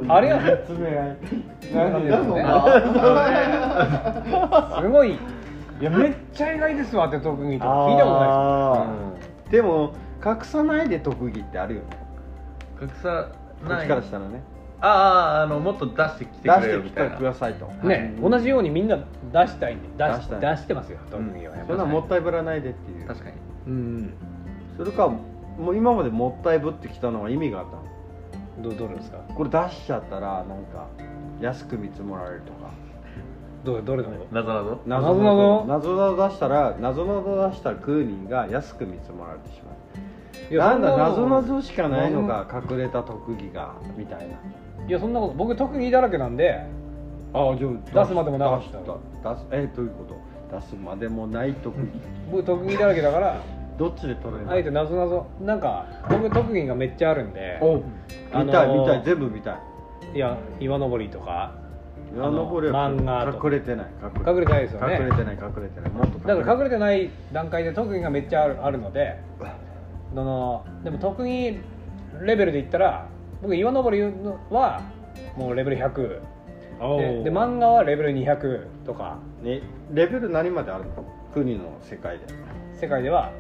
[SPEAKER 3] あれや
[SPEAKER 2] 説明がい
[SPEAKER 3] なんですねすごいいやめっちゃ意外ですわって特技とか聞いたことない
[SPEAKER 2] いですでも隠さないで特技ってあるよね
[SPEAKER 1] 隠さ
[SPEAKER 2] こっ
[SPEAKER 1] な
[SPEAKER 2] ち
[SPEAKER 1] い
[SPEAKER 2] からしたらね
[SPEAKER 1] あああのもっと出してきて
[SPEAKER 2] 出
[SPEAKER 1] くれよ
[SPEAKER 2] して
[SPEAKER 1] み
[SPEAKER 2] き
[SPEAKER 1] たい
[SPEAKER 2] て
[SPEAKER 1] な
[SPEAKER 2] くださいと
[SPEAKER 3] ですねえ同じようにみんな出したいんで出し
[SPEAKER 2] 出したい
[SPEAKER 3] 出してますよ特技はやっぱ
[SPEAKER 2] そ
[SPEAKER 3] り
[SPEAKER 2] んなもったいぶらないでっていう
[SPEAKER 1] 確かに
[SPEAKER 3] うん
[SPEAKER 2] それかもう今までもったいぶってきたのは意味があった
[SPEAKER 3] ど
[SPEAKER 2] の
[SPEAKER 3] どれですか
[SPEAKER 2] これ出しちゃったらなんか安く見積もられるとか
[SPEAKER 3] どどれの
[SPEAKER 1] なぞなぞ
[SPEAKER 2] な
[SPEAKER 3] ぞなぞ
[SPEAKER 2] なぞなぞ出したらなぞなぞ出した9人が安く見積もられてしまう
[SPEAKER 3] いや
[SPEAKER 2] な
[SPEAKER 3] そ
[SPEAKER 2] ん
[SPEAKER 3] な
[SPEAKER 2] だ
[SPEAKER 3] の
[SPEAKER 2] なぞなぞしかないのか隠れた特技がみたいない
[SPEAKER 3] やそんなこと僕特技だらけなんで
[SPEAKER 2] あじ
[SPEAKER 3] ゃあ出すまでもなかった
[SPEAKER 2] 出すえどういうこと出すまでもない特技
[SPEAKER 3] 僕特技だらけだから
[SPEAKER 2] どっちで取れる
[SPEAKER 3] あえてなぞなぞなんか僕特技がめっちゃあるんで
[SPEAKER 2] お見
[SPEAKER 3] あの
[SPEAKER 2] たい
[SPEAKER 3] ー
[SPEAKER 2] 見たい全部見たい
[SPEAKER 3] いや岩登りとか
[SPEAKER 2] 岩登りは
[SPEAKER 3] 漫画とか
[SPEAKER 2] 隠れてない
[SPEAKER 3] 隠れてないですよね
[SPEAKER 2] 隠れてない隠れてないもっと
[SPEAKER 3] だから
[SPEAKER 2] れ
[SPEAKER 3] 隠れてない段階で特技がめっちゃあるあるのでそのでも特技レベルで言ったら僕岩登りはもうレベル100でで漫画はレベル200とか
[SPEAKER 2] ねレベル何まであるの国の世界で
[SPEAKER 3] 世界では、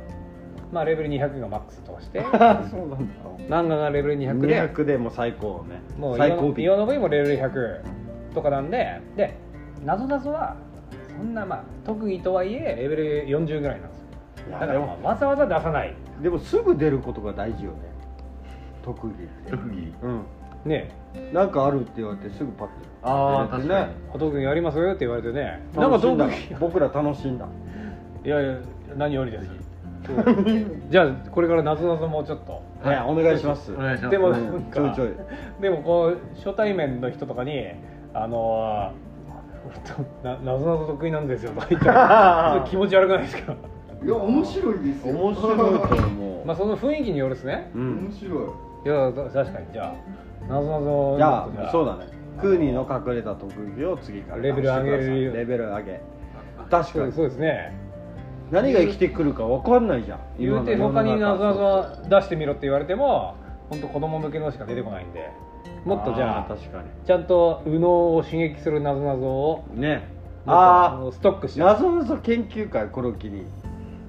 [SPEAKER 3] まあ、レベル200がマックスとして
[SPEAKER 2] そうなんだ
[SPEAKER 3] 漫画がレベル200で
[SPEAKER 2] 200でもう最高ね
[SPEAKER 3] もう
[SPEAKER 2] 最高
[SPEAKER 3] 岩
[SPEAKER 2] 尾
[SPEAKER 3] の部位もレベル100とかなんででなぞなぞはそんなまあ特技とはいえレベル40ぐらいなんですよ
[SPEAKER 2] い
[SPEAKER 3] だ
[SPEAKER 2] や
[SPEAKER 3] から
[SPEAKER 2] で
[SPEAKER 3] まあ
[SPEAKER 2] も
[SPEAKER 3] わざわざ出さない
[SPEAKER 2] でもすぐ出ることが大事よね特技って
[SPEAKER 1] 特技
[SPEAKER 2] うん
[SPEAKER 3] ね
[SPEAKER 2] なんかあるって言われてすぐパッて
[SPEAKER 1] あ
[SPEAKER 2] 出れ
[SPEAKER 1] ー
[SPEAKER 2] て
[SPEAKER 1] 確かに
[SPEAKER 3] お特技ありますよって言われてねなんか
[SPEAKER 2] 楽し
[SPEAKER 3] 特
[SPEAKER 2] んだ
[SPEAKER 3] 技
[SPEAKER 2] 僕ら楽しんだ
[SPEAKER 3] いやいや何より ですじゃあこれからなぞなぞもうちょっと
[SPEAKER 2] はいお願いします
[SPEAKER 1] お願いします
[SPEAKER 3] でも
[SPEAKER 2] う
[SPEAKER 3] なんん
[SPEAKER 2] ちょい
[SPEAKER 3] か
[SPEAKER 2] ちょい
[SPEAKER 3] でもこう初対面の人とかにあのー ななぞなぞ得意なんですよとか言った らちょっと気持ち悪くないですか
[SPEAKER 4] いや面白いですよ。
[SPEAKER 2] 面白いと 思う、
[SPEAKER 3] まあその雰囲気によるですね
[SPEAKER 2] うん
[SPEAKER 4] 面白い。
[SPEAKER 3] いやだ確かにじゃあなぞなぞ
[SPEAKER 2] じゃあそうだねクーニーの隠れた特技を次から
[SPEAKER 3] レベル上げる
[SPEAKER 2] 出してくださいレベル上げ確
[SPEAKER 3] そ
[SPEAKER 2] か
[SPEAKER 3] う
[SPEAKER 2] に
[SPEAKER 3] そうですね
[SPEAKER 2] 何が生きてくるか分かんないじゃん
[SPEAKER 3] 言うて
[SPEAKER 2] 今の
[SPEAKER 3] 他
[SPEAKER 2] 世の
[SPEAKER 3] になぞな
[SPEAKER 2] 中
[SPEAKER 3] ぞ出してみろって言われても本当子供向けのしか出てこないんでもっとじゃ
[SPEAKER 2] ー
[SPEAKER 3] あ
[SPEAKER 2] 確か
[SPEAKER 3] ちゃんと右脳を刺激するなぞなぞを
[SPEAKER 2] にね
[SPEAKER 3] も
[SPEAKER 2] あ
[SPEAKER 3] っとストックし
[SPEAKER 2] あ
[SPEAKER 3] て
[SPEAKER 2] なぞなぞ研究会これを機に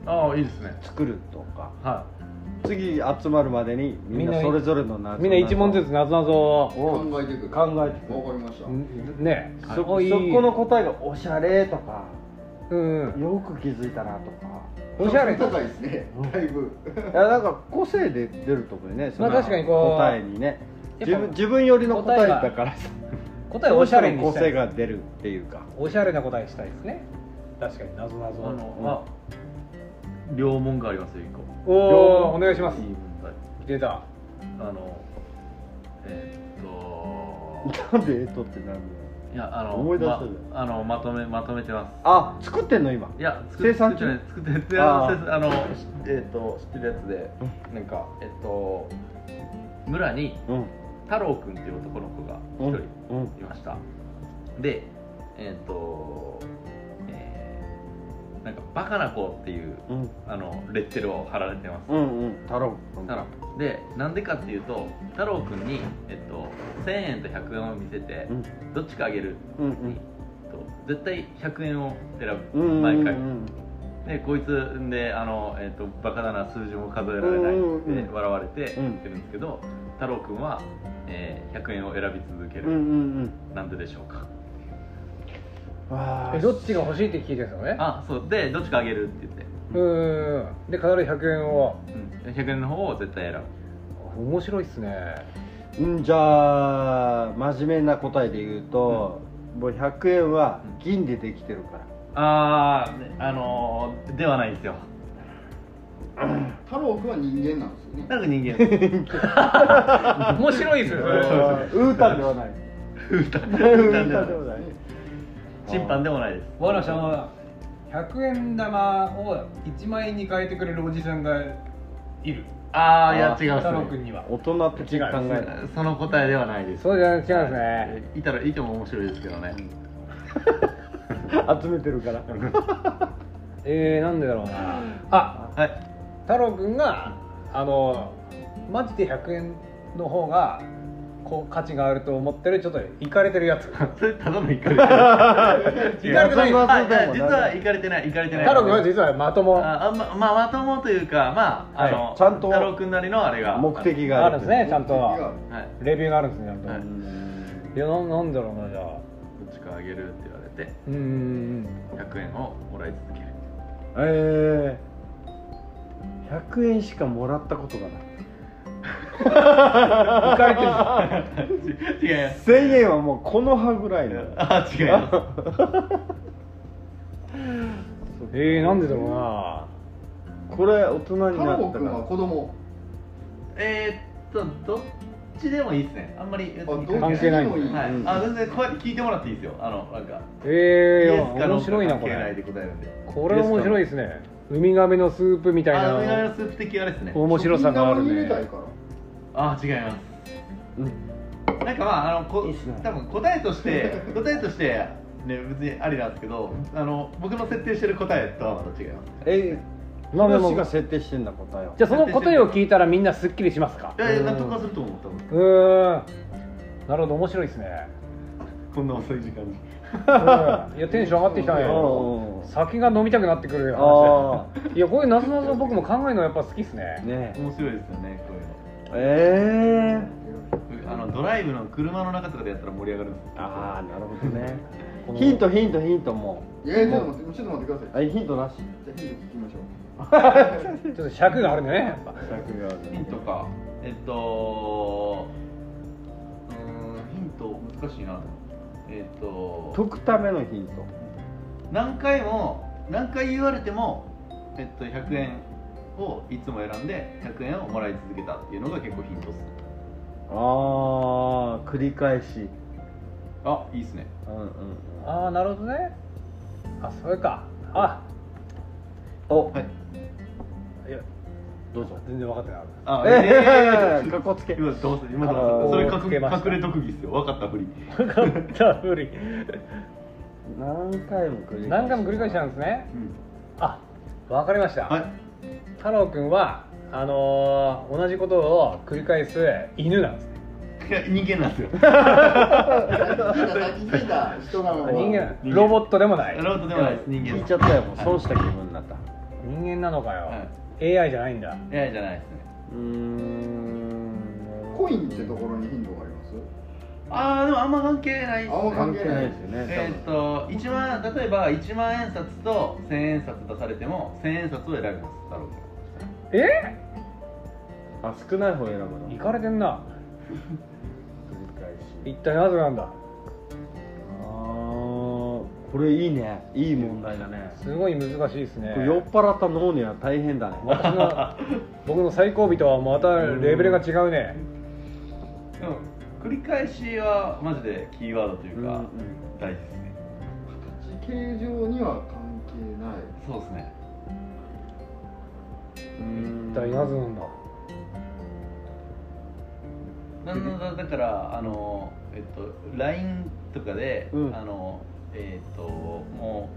[SPEAKER 1] ああいいですね
[SPEAKER 2] 作るとか
[SPEAKER 1] は
[SPEAKER 2] 次集まるまでにみん
[SPEAKER 3] みんな
[SPEAKER 2] なそれぞれのなぞなぞ
[SPEAKER 3] みんな一問ずつなぞなぞを
[SPEAKER 2] を
[SPEAKER 4] 考えてくる。
[SPEAKER 2] 考えてくる
[SPEAKER 4] わかりました。
[SPEAKER 3] んね
[SPEAKER 2] そ
[SPEAKER 3] す
[SPEAKER 2] そこ
[SPEAKER 3] ごい
[SPEAKER 2] の答えがおしゃれとか
[SPEAKER 3] うんうん
[SPEAKER 2] よく気づいたなとか
[SPEAKER 3] おしゃれ
[SPEAKER 4] 高いですね。だいぶ。
[SPEAKER 2] いやなんか個性で出ると思うよねその
[SPEAKER 3] まあ確かにこう
[SPEAKER 2] 答えにね
[SPEAKER 3] やっぱ
[SPEAKER 2] 自分自分寄りの答えだからさ
[SPEAKER 3] 答えをおしゃれに
[SPEAKER 2] 個
[SPEAKER 3] した
[SPEAKER 2] 性
[SPEAKER 3] い
[SPEAKER 2] が出るっていうか
[SPEAKER 3] おしゃれな答えしたいですね確かになぞなぞ
[SPEAKER 1] あの、まあ両問がありますよ一個
[SPEAKER 3] おおお願いします
[SPEAKER 1] いい問題
[SPEAKER 3] 出た
[SPEAKER 1] あのえーっと
[SPEAKER 2] なんでえっとってなんだよ
[SPEAKER 1] いやあの
[SPEAKER 2] 思い出した
[SPEAKER 1] ま
[SPEAKER 2] じ
[SPEAKER 1] あのまとめまとめてます
[SPEAKER 2] あ作ってんの今
[SPEAKER 1] いや作っ
[SPEAKER 2] 生産
[SPEAKER 1] 作ってない作ってないで
[SPEAKER 2] あ
[SPEAKER 1] あ
[SPEAKER 2] ー
[SPEAKER 1] のしえーっと知ってるやつでなんかえっと村に
[SPEAKER 2] うん
[SPEAKER 1] 太郎くんっていう男の子が
[SPEAKER 2] う
[SPEAKER 1] 一
[SPEAKER 2] ん
[SPEAKER 1] 人
[SPEAKER 2] うん
[SPEAKER 1] いましたでえっ、と、えーなんか「バカな子」っていう
[SPEAKER 2] うん
[SPEAKER 1] あのレッテルを貼られてます、
[SPEAKER 2] うんうん太郎君
[SPEAKER 1] 太郎でなんでかっていうと太郎くんに、えっと1000円と100円を見せて、
[SPEAKER 2] うん
[SPEAKER 1] どっちかあげる
[SPEAKER 2] うん
[SPEAKER 1] に、と絶対100円を選ぶ、
[SPEAKER 2] うんうん
[SPEAKER 1] 毎
[SPEAKER 2] う
[SPEAKER 1] 回
[SPEAKER 2] ん
[SPEAKER 1] でこいつんであの、えっとバカだな数字も数えられない
[SPEAKER 2] うんうんうん
[SPEAKER 1] で笑われて
[SPEAKER 2] うん
[SPEAKER 1] 言ってるんですけど、太郎くんは、えー100円を選び続け
[SPEAKER 2] うんう
[SPEAKER 1] る、
[SPEAKER 2] んうん
[SPEAKER 1] なんででしょうか
[SPEAKER 2] あー
[SPEAKER 3] えどっちが欲しいって聞いてるんですよね
[SPEAKER 1] あそうでどっちかあげるって言って、
[SPEAKER 3] うーんで飾る100円を
[SPEAKER 1] うん、100円の方を絶対選
[SPEAKER 3] 面白いっす ね
[SPEAKER 2] うんじゃあ真面目な答えで言うと、もう100円は銀でできてるから、
[SPEAKER 1] ぶあああのーではないですよ
[SPEAKER 4] 太郎くんは人間なんですよね
[SPEAKER 1] なんか人 間う
[SPEAKER 3] 面白いっすねそれ
[SPEAKER 2] ウータンではない
[SPEAKER 1] ーたん
[SPEAKER 2] ウ
[SPEAKER 1] でうーた
[SPEAKER 2] ー
[SPEAKER 1] んで
[SPEAKER 2] タ
[SPEAKER 1] は
[SPEAKER 2] ンでは
[SPEAKER 1] な
[SPEAKER 2] な
[SPEAKER 1] い
[SPEAKER 2] い
[SPEAKER 1] チンパンでもないです
[SPEAKER 3] わかりましたあの100円玉を1万円に変えてくれるおじさんがいる
[SPEAKER 1] ああいや違うっ
[SPEAKER 3] 太郎
[SPEAKER 1] す
[SPEAKER 3] 君
[SPEAKER 1] ね
[SPEAKER 3] には
[SPEAKER 2] 大人っぽく考えない
[SPEAKER 1] その答えではないです
[SPEAKER 3] そうじゃ違うんですね
[SPEAKER 1] いたらいても面白いですけどね
[SPEAKER 2] 集めてる から
[SPEAKER 3] えー、なんでだろうなあ
[SPEAKER 1] はい
[SPEAKER 3] 太郎君があのマジで100円の方がこう価値があると思ってるちょっといかれてるやつ
[SPEAKER 1] それただのイカ れてない
[SPEAKER 3] いかれてない
[SPEAKER 2] そんなことで
[SPEAKER 1] あいや
[SPEAKER 2] もない
[SPEAKER 1] 実はイカれてないイカれてない
[SPEAKER 3] 太郎君は実はまともあ
[SPEAKER 1] ああんままあまともというかまああの、
[SPEAKER 2] はいちゃんと
[SPEAKER 1] 太郎くんなりのあれが
[SPEAKER 2] 目的があ
[SPEAKER 3] る
[SPEAKER 2] る
[SPEAKER 3] んですねちゃんと
[SPEAKER 1] はい
[SPEAKER 3] レビューがあるんですねちゃんと、
[SPEAKER 1] はいい、
[SPEAKER 3] やななんだろうなじゃあ
[SPEAKER 1] どっちかあげるって言われて
[SPEAKER 3] うーん
[SPEAKER 1] 100円をもらい続ける
[SPEAKER 2] ええー、100円しかもらったことがない
[SPEAKER 3] いかれてる
[SPEAKER 1] 違います
[SPEAKER 2] 1000円はもうこの歯ぐらいの
[SPEAKER 1] あ違いま
[SPEAKER 3] えー、なんでだろうな
[SPEAKER 2] これ大人に
[SPEAKER 4] 太
[SPEAKER 2] な
[SPEAKER 4] 郎
[SPEAKER 2] った
[SPEAKER 4] くんは
[SPEAKER 2] ら
[SPEAKER 4] 子供
[SPEAKER 1] すえーっとどっちでもいいですねあんまり別に
[SPEAKER 4] あどっちでも
[SPEAKER 3] 関係ない
[SPEAKER 4] い
[SPEAKER 1] はい、
[SPEAKER 2] うん
[SPEAKER 1] あ全然こうやって聞いてもらっていいですよあのなんか
[SPEAKER 3] えー、
[SPEAKER 1] イエスかノ
[SPEAKER 3] 面
[SPEAKER 1] ーか
[SPEAKER 3] 白いなこ
[SPEAKER 1] 関係ない
[SPEAKER 3] れ
[SPEAKER 1] で答えるんで
[SPEAKER 3] これ面白いですねウミガメのスープみたい
[SPEAKER 1] あメガメ
[SPEAKER 3] な
[SPEAKER 1] のスープ的あれですね
[SPEAKER 3] 面白さがある
[SPEAKER 4] 食品玉に入れたい
[SPEAKER 3] ね
[SPEAKER 4] から
[SPEAKER 1] あ違います
[SPEAKER 2] うん
[SPEAKER 1] なんかまああのこ
[SPEAKER 2] いいっすね
[SPEAKER 1] 多分答えとして答えとしてね別にありなんですけどあの僕の設定してる答えとはまた違います
[SPEAKER 2] え
[SPEAKER 3] まあでも
[SPEAKER 2] 私が設定してんだ答えは
[SPEAKER 3] じゃあその答えを聞いたらみんなすっきりしますか
[SPEAKER 1] いやいや納得はすると思う多分
[SPEAKER 3] うーんなるほど面白いですね
[SPEAKER 1] こんな遅い時間に
[SPEAKER 3] うんい やテンション上がってきたね
[SPEAKER 2] うん
[SPEAKER 3] 酒が飲みたくなってくる話
[SPEAKER 2] あ
[SPEAKER 3] いやこういうなぞなぞ僕も考えるのやっぱ好きっす
[SPEAKER 2] あ
[SPEAKER 3] ね
[SPEAKER 2] ね
[SPEAKER 1] 面白いですよねこういうの
[SPEAKER 2] ええ
[SPEAKER 1] あのドライブの車の中とかでやったら盛り上がるんですよ
[SPEAKER 2] ああなるほどね
[SPEAKER 3] この
[SPEAKER 2] ヒントヒントヒントも
[SPEAKER 4] いやいやちょっと待ってちょっと待ってくださ
[SPEAKER 2] うあヒントなし
[SPEAKER 4] いじゃあヒント聞きましょ
[SPEAKER 3] ちょっと尺があるんだねやっぱ
[SPEAKER 2] 尺があ
[SPEAKER 1] ヒントかえっとうーんヒント難しいなえっと
[SPEAKER 2] 解くためのヒント
[SPEAKER 1] 何回も何回言われてもえっと100円をいつも選んで100円をもらい続けたっていうのが結構ヒントっす
[SPEAKER 2] ああ繰り返し
[SPEAKER 1] あいいっすね
[SPEAKER 2] うんうんうん
[SPEAKER 3] ああなるほどねあそれかあ
[SPEAKER 2] お
[SPEAKER 1] はい
[SPEAKER 3] いやどうぞ全然分かってない
[SPEAKER 1] あ
[SPEAKER 2] ええ
[SPEAKER 1] え
[SPEAKER 2] かっこつけ
[SPEAKER 1] 今どうする今
[SPEAKER 2] あ
[SPEAKER 1] ど
[SPEAKER 2] のー
[SPEAKER 1] うする
[SPEAKER 3] つ
[SPEAKER 1] それ
[SPEAKER 3] けました
[SPEAKER 1] 隠隠れ特技っすよ分かったふり
[SPEAKER 3] 分かった無理
[SPEAKER 2] 何回も繰り返し
[SPEAKER 3] 何回も繰り返しなんですね
[SPEAKER 1] うん
[SPEAKER 3] あ分かりました、
[SPEAKER 1] はい
[SPEAKER 3] 太郎くんはあのー同じことを繰り返す犬なんですね
[SPEAKER 1] いや人間なんですよ
[SPEAKER 4] うさっき聞いた人なの
[SPEAKER 3] あ
[SPEAKER 4] は
[SPEAKER 3] 人間
[SPEAKER 1] 人間
[SPEAKER 3] ロボットでもない
[SPEAKER 1] ロボットでもないです人間
[SPEAKER 2] 聞い
[SPEAKER 1] です
[SPEAKER 2] ちゃったよもう損した気分になった
[SPEAKER 3] 人間なのかよ、
[SPEAKER 1] は
[SPEAKER 3] AI じゃないんだ
[SPEAKER 1] いやじゃないですね
[SPEAKER 2] うーん
[SPEAKER 4] コインってところにヒントがあります
[SPEAKER 1] ああでもあんま関係ないっすね
[SPEAKER 4] あんま関係ない
[SPEAKER 2] ですよね
[SPEAKER 1] えーっと一万例えば1万円札と1000円札出されても1000円札を選びます太郎
[SPEAKER 3] え
[SPEAKER 2] あ少ない方選ぶの
[SPEAKER 3] い
[SPEAKER 2] 繰り
[SPEAKER 3] かれてんな
[SPEAKER 2] 返
[SPEAKER 3] 一
[SPEAKER 2] し
[SPEAKER 3] 体なぜなんだ
[SPEAKER 2] これいいねいい問題だね
[SPEAKER 3] すごい難しいですね
[SPEAKER 2] これ酔っ払った脳には大変だね
[SPEAKER 3] 私の僕の最後尾とはまたレベルが違うね
[SPEAKER 1] でも繰り返しはマジでキーワードというか、
[SPEAKER 2] うんうん
[SPEAKER 1] 大事ですね
[SPEAKER 4] 形形状には関係ない
[SPEAKER 1] そうですね
[SPEAKER 3] 一体なぜなんだ
[SPEAKER 1] なんのだだからあのえっと LINE とかで、
[SPEAKER 2] うん
[SPEAKER 1] あのえっとも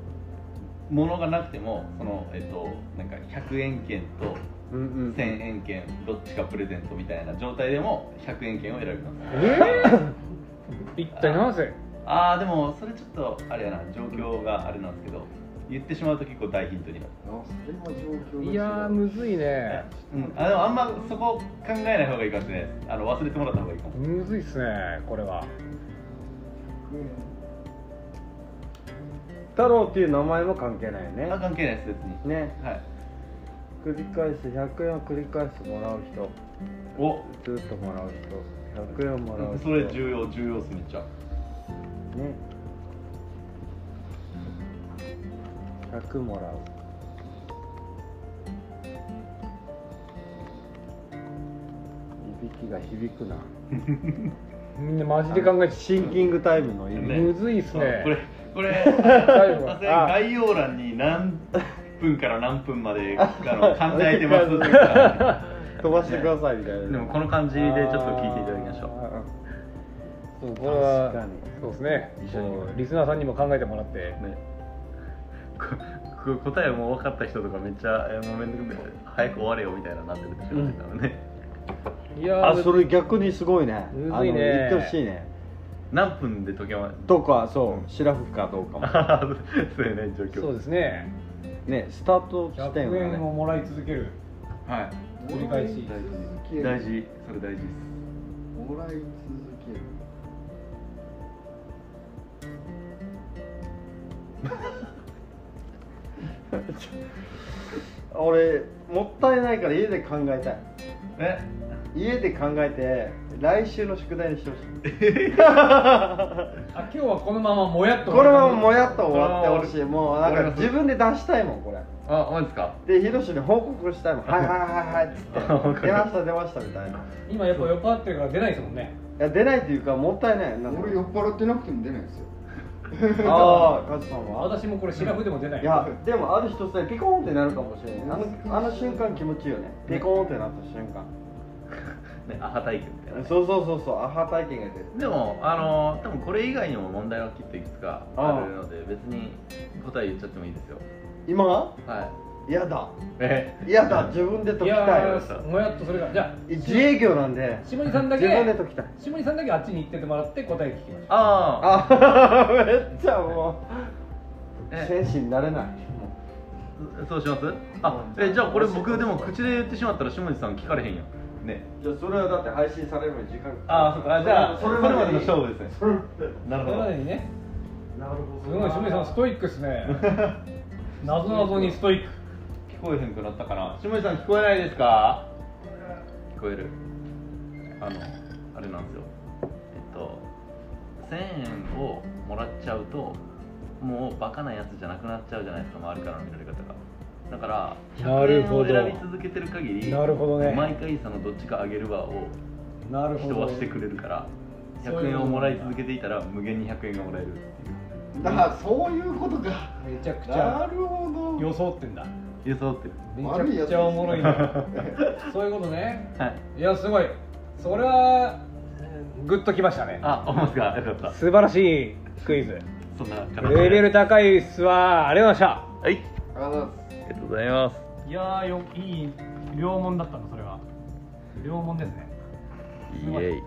[SPEAKER 1] う物がなくてもそのえっとなんか100円券と
[SPEAKER 2] うんうん
[SPEAKER 1] 1000円券どっちかプレゼントみたいな状態でも100円券を選びます
[SPEAKER 3] ええ一体なぜ
[SPEAKER 1] ああでもそれちょっとあれやな状況があれなんですけど言ってしまうと結構大ヒントになる、
[SPEAKER 4] あそれは状況が違う
[SPEAKER 3] いやーむずいね
[SPEAKER 1] うん、あでもあんまそこ考えない方がいいかもしれないですあの忘れてもらった方がいいかも
[SPEAKER 3] むずいっすねこれは
[SPEAKER 2] 太郎っていう名前も関係ないよね
[SPEAKER 1] あ関係ないです別に
[SPEAKER 2] ね
[SPEAKER 1] はい
[SPEAKER 2] 繰り返す100円を繰り返すもらう人
[SPEAKER 1] お
[SPEAKER 2] ずっともらう人100円をもらう人
[SPEAKER 1] それ重要重要っすめっちゃ
[SPEAKER 2] ね100もらう響きが響くな
[SPEAKER 3] みんなマジで考えて
[SPEAKER 2] シンキングタイムの意味、
[SPEAKER 1] ね
[SPEAKER 3] むずいっす
[SPEAKER 1] そう
[SPEAKER 3] ね
[SPEAKER 1] これこれ
[SPEAKER 3] 最後
[SPEAKER 1] さ
[SPEAKER 3] は
[SPEAKER 1] すがに概要欄に何分から何分まであの考えてますとか
[SPEAKER 2] 飛ばしてくださいみたいな、
[SPEAKER 1] でもこの感じでちょっと聞いていただきましょう
[SPEAKER 3] そうこれは
[SPEAKER 2] 確かに
[SPEAKER 3] そうですね
[SPEAKER 1] 一緒に
[SPEAKER 3] こうリスナーさんにも考えてもらって
[SPEAKER 1] ねこ こ答えもう分かった人とかめっちゃえーもうめんどくさい早く終われよみたいななってるかもしれないからね、
[SPEAKER 3] いや
[SPEAKER 2] あ
[SPEAKER 3] ー
[SPEAKER 2] それ逆にすごいね
[SPEAKER 3] む
[SPEAKER 2] あの
[SPEAKER 3] ずいね
[SPEAKER 2] 言ってほしいね
[SPEAKER 1] 何分で解けま
[SPEAKER 2] どうかそうシラフかどうかも
[SPEAKER 1] そういうね状況
[SPEAKER 3] そうですね
[SPEAKER 2] ねスタート地点
[SPEAKER 3] 100
[SPEAKER 2] が
[SPEAKER 3] 円を
[SPEAKER 2] ね
[SPEAKER 3] もらい続ける
[SPEAKER 1] は
[SPEAKER 3] 繰り返し
[SPEAKER 4] もらい続け
[SPEAKER 1] い
[SPEAKER 4] る
[SPEAKER 1] 大事それ大事です
[SPEAKER 4] もらい続ける
[SPEAKER 2] 俺もったいないから家で考えたい
[SPEAKER 1] え
[SPEAKER 2] 家で考えて来週の宿題にしてほしい
[SPEAKER 3] あ今日はこのままもやっと
[SPEAKER 2] これはもやっと終わってほしいもうなんか
[SPEAKER 1] 俺がそう
[SPEAKER 2] 自分で出したいもんこれ
[SPEAKER 1] あマジですか
[SPEAKER 2] でヒロシに報告したいもん「はいはいはいはい」っつって「出ました出ました」みたいない
[SPEAKER 3] 今やっぱ酔っ払ってるから出ないですもんね
[SPEAKER 2] や出ないっていうかもったいないなんか
[SPEAKER 4] 俺酔っ払ってなくても出ないですよ
[SPEAKER 2] ああカズさんは
[SPEAKER 3] 私もこれシラフでも出ない
[SPEAKER 2] いやでもある一つでピコーンってなるかもしれないあのあの瞬間気持ちいいよねピコーンってなった瞬間
[SPEAKER 1] ねアハ体験みたいなね
[SPEAKER 2] そうそうそうそうアハ体験が出る
[SPEAKER 1] でもあの多分これ以外にも問題はきっといくつかあるので別に答え言っちゃってもいいですよ
[SPEAKER 2] 今
[SPEAKER 1] はい
[SPEAKER 2] 嫌だ
[SPEAKER 1] え
[SPEAKER 2] 嫌だ自分で解きたい
[SPEAKER 3] やーもやっとそれがじゃあ
[SPEAKER 2] 自営業なんで
[SPEAKER 3] 下地さんだ
[SPEAKER 2] 自分で
[SPEAKER 3] け
[SPEAKER 2] 解きたい
[SPEAKER 3] 下地さんだけあっちに行っててもらって答え聞きましょ
[SPEAKER 1] ああ
[SPEAKER 2] あめっちゃもう
[SPEAKER 1] え
[SPEAKER 2] 戦士になれない
[SPEAKER 1] そうしますあえじゃあこれ僕でも口で言ってしまったら下地さん聞かれへんやんね
[SPEAKER 2] じゃあそれはだって配信されるのに時間
[SPEAKER 1] ああそっかあじゃあそれまでの勝負ですね
[SPEAKER 2] それまで
[SPEAKER 1] な
[SPEAKER 3] うそれまでにね
[SPEAKER 2] なる
[SPEAKER 3] すごい下地さんス
[SPEAKER 2] イ
[SPEAKER 3] トイックっす ねなぞなぞにストイック
[SPEAKER 1] 聞こえへんくなったかな下地さん聞こえないですか聞こえるあのあれなんですよえっと1000円をもらっちゃうともうバカなやつじゃなくなっちゃうじゃないですか周りからの見られ方がだから
[SPEAKER 3] な
[SPEAKER 1] 100
[SPEAKER 3] る
[SPEAKER 1] 円
[SPEAKER 3] ほ
[SPEAKER 1] を
[SPEAKER 3] ど
[SPEAKER 1] 選び続けてる限り
[SPEAKER 3] なるほどね
[SPEAKER 1] 毎回そのどっちかあげるわを
[SPEAKER 3] なるほ
[SPEAKER 1] 人
[SPEAKER 3] ど
[SPEAKER 1] はしてくれるから
[SPEAKER 3] そういうこと
[SPEAKER 1] 100円をもらい続けていたら無限に100円がもらえるって
[SPEAKER 4] だからそういうことか
[SPEAKER 3] めちゃくち
[SPEAKER 4] な
[SPEAKER 3] ゃ
[SPEAKER 4] るほど
[SPEAKER 3] 装ってんだ
[SPEAKER 1] いう予想ってる
[SPEAKER 3] めちゃくちゃおもろい なそういうことね
[SPEAKER 1] はい
[SPEAKER 3] いやすごいそれはグッときましたね
[SPEAKER 1] あ思うんすかよかった
[SPEAKER 3] 素晴らしいクイズ
[SPEAKER 1] そんな形で
[SPEAKER 3] レベル高いっすわありがとうございま
[SPEAKER 1] はいあり
[SPEAKER 4] ありがとうございます
[SPEAKER 1] がとうございます
[SPEAKER 3] したいやーよいい良問だったのそれは良問ですね
[SPEAKER 1] イエイ